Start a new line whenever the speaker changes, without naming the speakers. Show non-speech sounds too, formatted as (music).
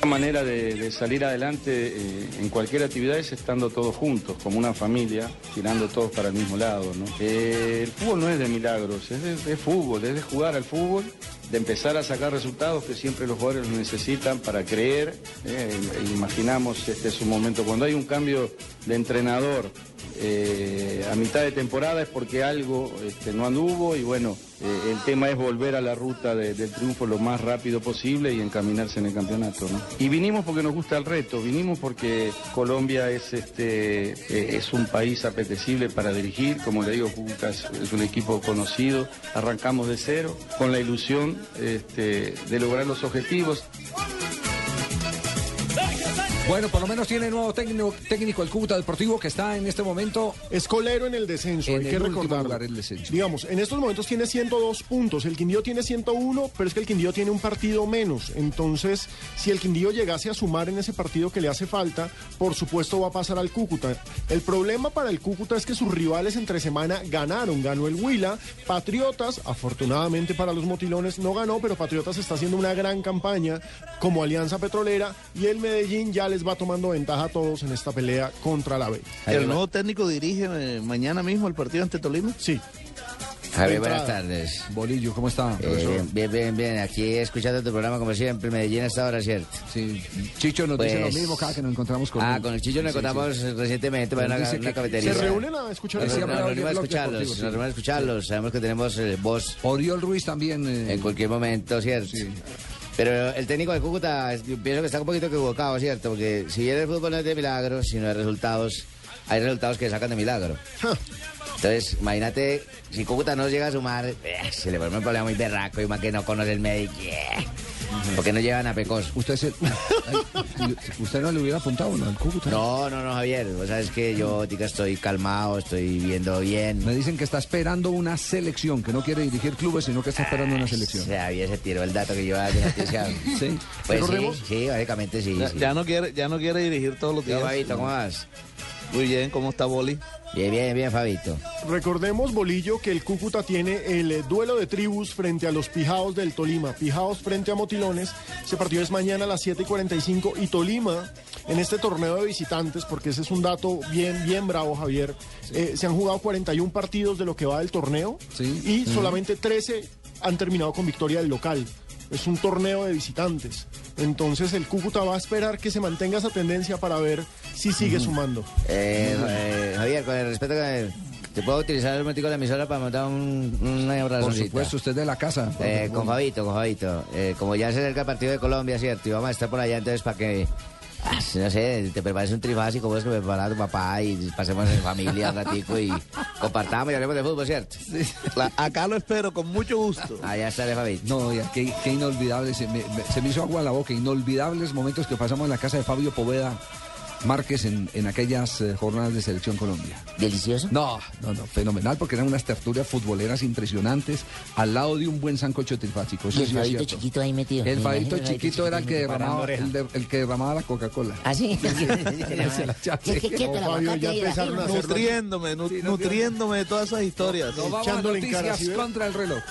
La manera de, de salir adelante eh, en cualquier actividad es estando todos juntos, como una familia, tirando todos para el mismo lado. ¿no? Eh, el fútbol no es de milagros, es de, de fútbol, es de jugar al fútbol, de empezar a sacar resultados que siempre los jugadores necesitan para creer. eh, e imaginamos este es un momento, cuando hay un cambio de entrenador eh, a mitad de temporada es porque algo este, no anduvo y bueno, eh, el tema es volver a la ruta de- del triunfo lo más rápido posible y encaminarse en el campeonato. ¿no? Y vinimos porque nos gusta el reto, vinimos porque Colombia es, este, eh, es un país apetecible para dirigir, como le digo, Cúcuta es, es un equipo conocido, arrancamos de cero con la ilusión este, de lograr los objetivos.
Bueno, por lo menos tiene nuevo técnico, técnico el Cúcuta Deportivo que está en este momento.
Es colero en el descenso,
En
hay
el
que
último
recordarlo.
lugar del descenso.
Digamos, en estos momentos tiene 102 puntos, el Quindío tiene 101, pero es que el Quindío tiene un partido menos. Entonces, si el Quindío llegase a sumar en ese partido que le hace falta, por supuesto va a pasar al Cúcuta. El problema para el Cúcuta es que sus rivales entre semana ganaron, ganó el Huila, Patriotas, afortunadamente para los motilones no ganó, pero Patriotas está haciendo una gran campaña como Alianza Petrolera y el Medellín ya les va tomando ventaja a todos en esta pelea contra la B.
¿El nuevo técnico dirige eh, mañana mismo el partido ante Tolima?
Sí.
Javier,
Entrada.
buenas tardes.
Bolillo, ¿cómo está?
Eh,
profesor?
bien, bien, bien. Aquí escuchando tu programa como siempre. Medellín hasta ahora, ¿cierto?
Sí, Chicho nos dice
Pues-
lo mismo cada que nos encontramos con
ah,
él.
con el Chicho nos
Sí, sí.
encontramos recientemente para
Nos
una,
dice
una
que
cafetería.
Se reúnen a escuchar el
Nos
Decía
nos
para
programa.
hoy el
reunimos a
blog
escucharlos,
deportivo,
nos
sí.
reunimos a escucharlos. Sabemos que tenemos eh, voz
Oriol Ruiz también. eh,
en cualquier momento, ¿cierto? Pero el técnico de Cúcuta, es- yo pienso que está un poquito equivocado, ¿cierto? Porque si bien el fútbol no es de milagros, sino de resultados, hay resultados que sacan de milagro. Entonces, imagínate, si Cúcuta no llega a sumar, eh, se le vuelve un problema muy berraco y más que no conoce el médico. eh, Porque no llevan a Pecos.
Usted,
(laughs)
se- Ay, usted no le hubiera apuntado ¿no? al Cúcuta.
No, no, no, Javier. O sea, es que yo, tica, estoy calmado, estoy viendo bien.
Me dicen que está esperando una selección, que no quiere dirigir clubes, sino que está esperando una
O
selección.
sea, Javier se tiró el dato que yo había
(laughs)
noticiado.
Sí.
Pues sí,
¿Recordemos?
sí, básicamente sí.
Ya,
sí.
ya no quiere, ya no quiere dirigir todos los
Yo,
días.
Fabito, ¿cómo vas?
Muy bien, ¿cómo está Boli?
Bien, bien, bien, Fabito.
Recordemos, Bolillo, que el Cúcuta tiene el eh, duelo de tribus frente a los Pijaos del Tolima. Pijaos frente a Motilones. Ese partido es mañana a las 7 y 45. Y Tolima, en este torneo de visitantes, porque ese es un dato bien, bien bravo, Javier. eh, se han jugado 41 partidos de lo que va del torneo.
Sí.
Y solamente 13 han terminado con victoria del local. Es un torneo de visitantes. Entonces el Cúcuta va a esperar que se mantenga esa tendencia para ver si sigue sumando.
Eh, eh, Javier, con el respeto que te puedo utilizar el momentico de la emisora para mandar un, un abrazo.
Por supuesto, usted es de la casa.
Eh, con Fabito, con Fabito. Eh, como ya se acerca el partido de Colombia, ¿cierto? Y vamos a estar por allá entonces para que, ah, no sé, te prepares un trifásico, vos que preparas a tu papá y pasemos en familia un ratico y compartamos y hablemos de fútbol, ¿cierto?
La- acá lo espero con
(laughs)
mucho gusto.
Allá estaré, Fabito.
No, ya, qué, qué inolvidable. Se me, me- se me hizo agua a la boca. Inolvidables momentos que pasamos en la casa de Fabio Poveda Márquez en, en aquellas eh, jornadas de Selección Colombia.
¿Delicioso?
No, no, no, fenomenal porque eran unas tertulias futboleras impresionantes al lado de un buen sancocho trifásico. Eso
Y el
sí es
Fabito
cierto.
chiquito ahí metido.
El
Me
fabito
imagino el
chiquito,
Fabito
era el que
chiquito
derramaba, el, de- el que derramaba la Coca-Cola.
¿Ah, sí? (laughs) Es que quieto el
No, Fabio,
aguacate
ya
ahí, la
empezaron
firma.
a hacer-
Nutriéndome, nu-
Sí, no quiero-
nutriéndome de todas esas historias.
No vamos a
Echándole en cara,
noticias
¿sí ve?
contra el reloj.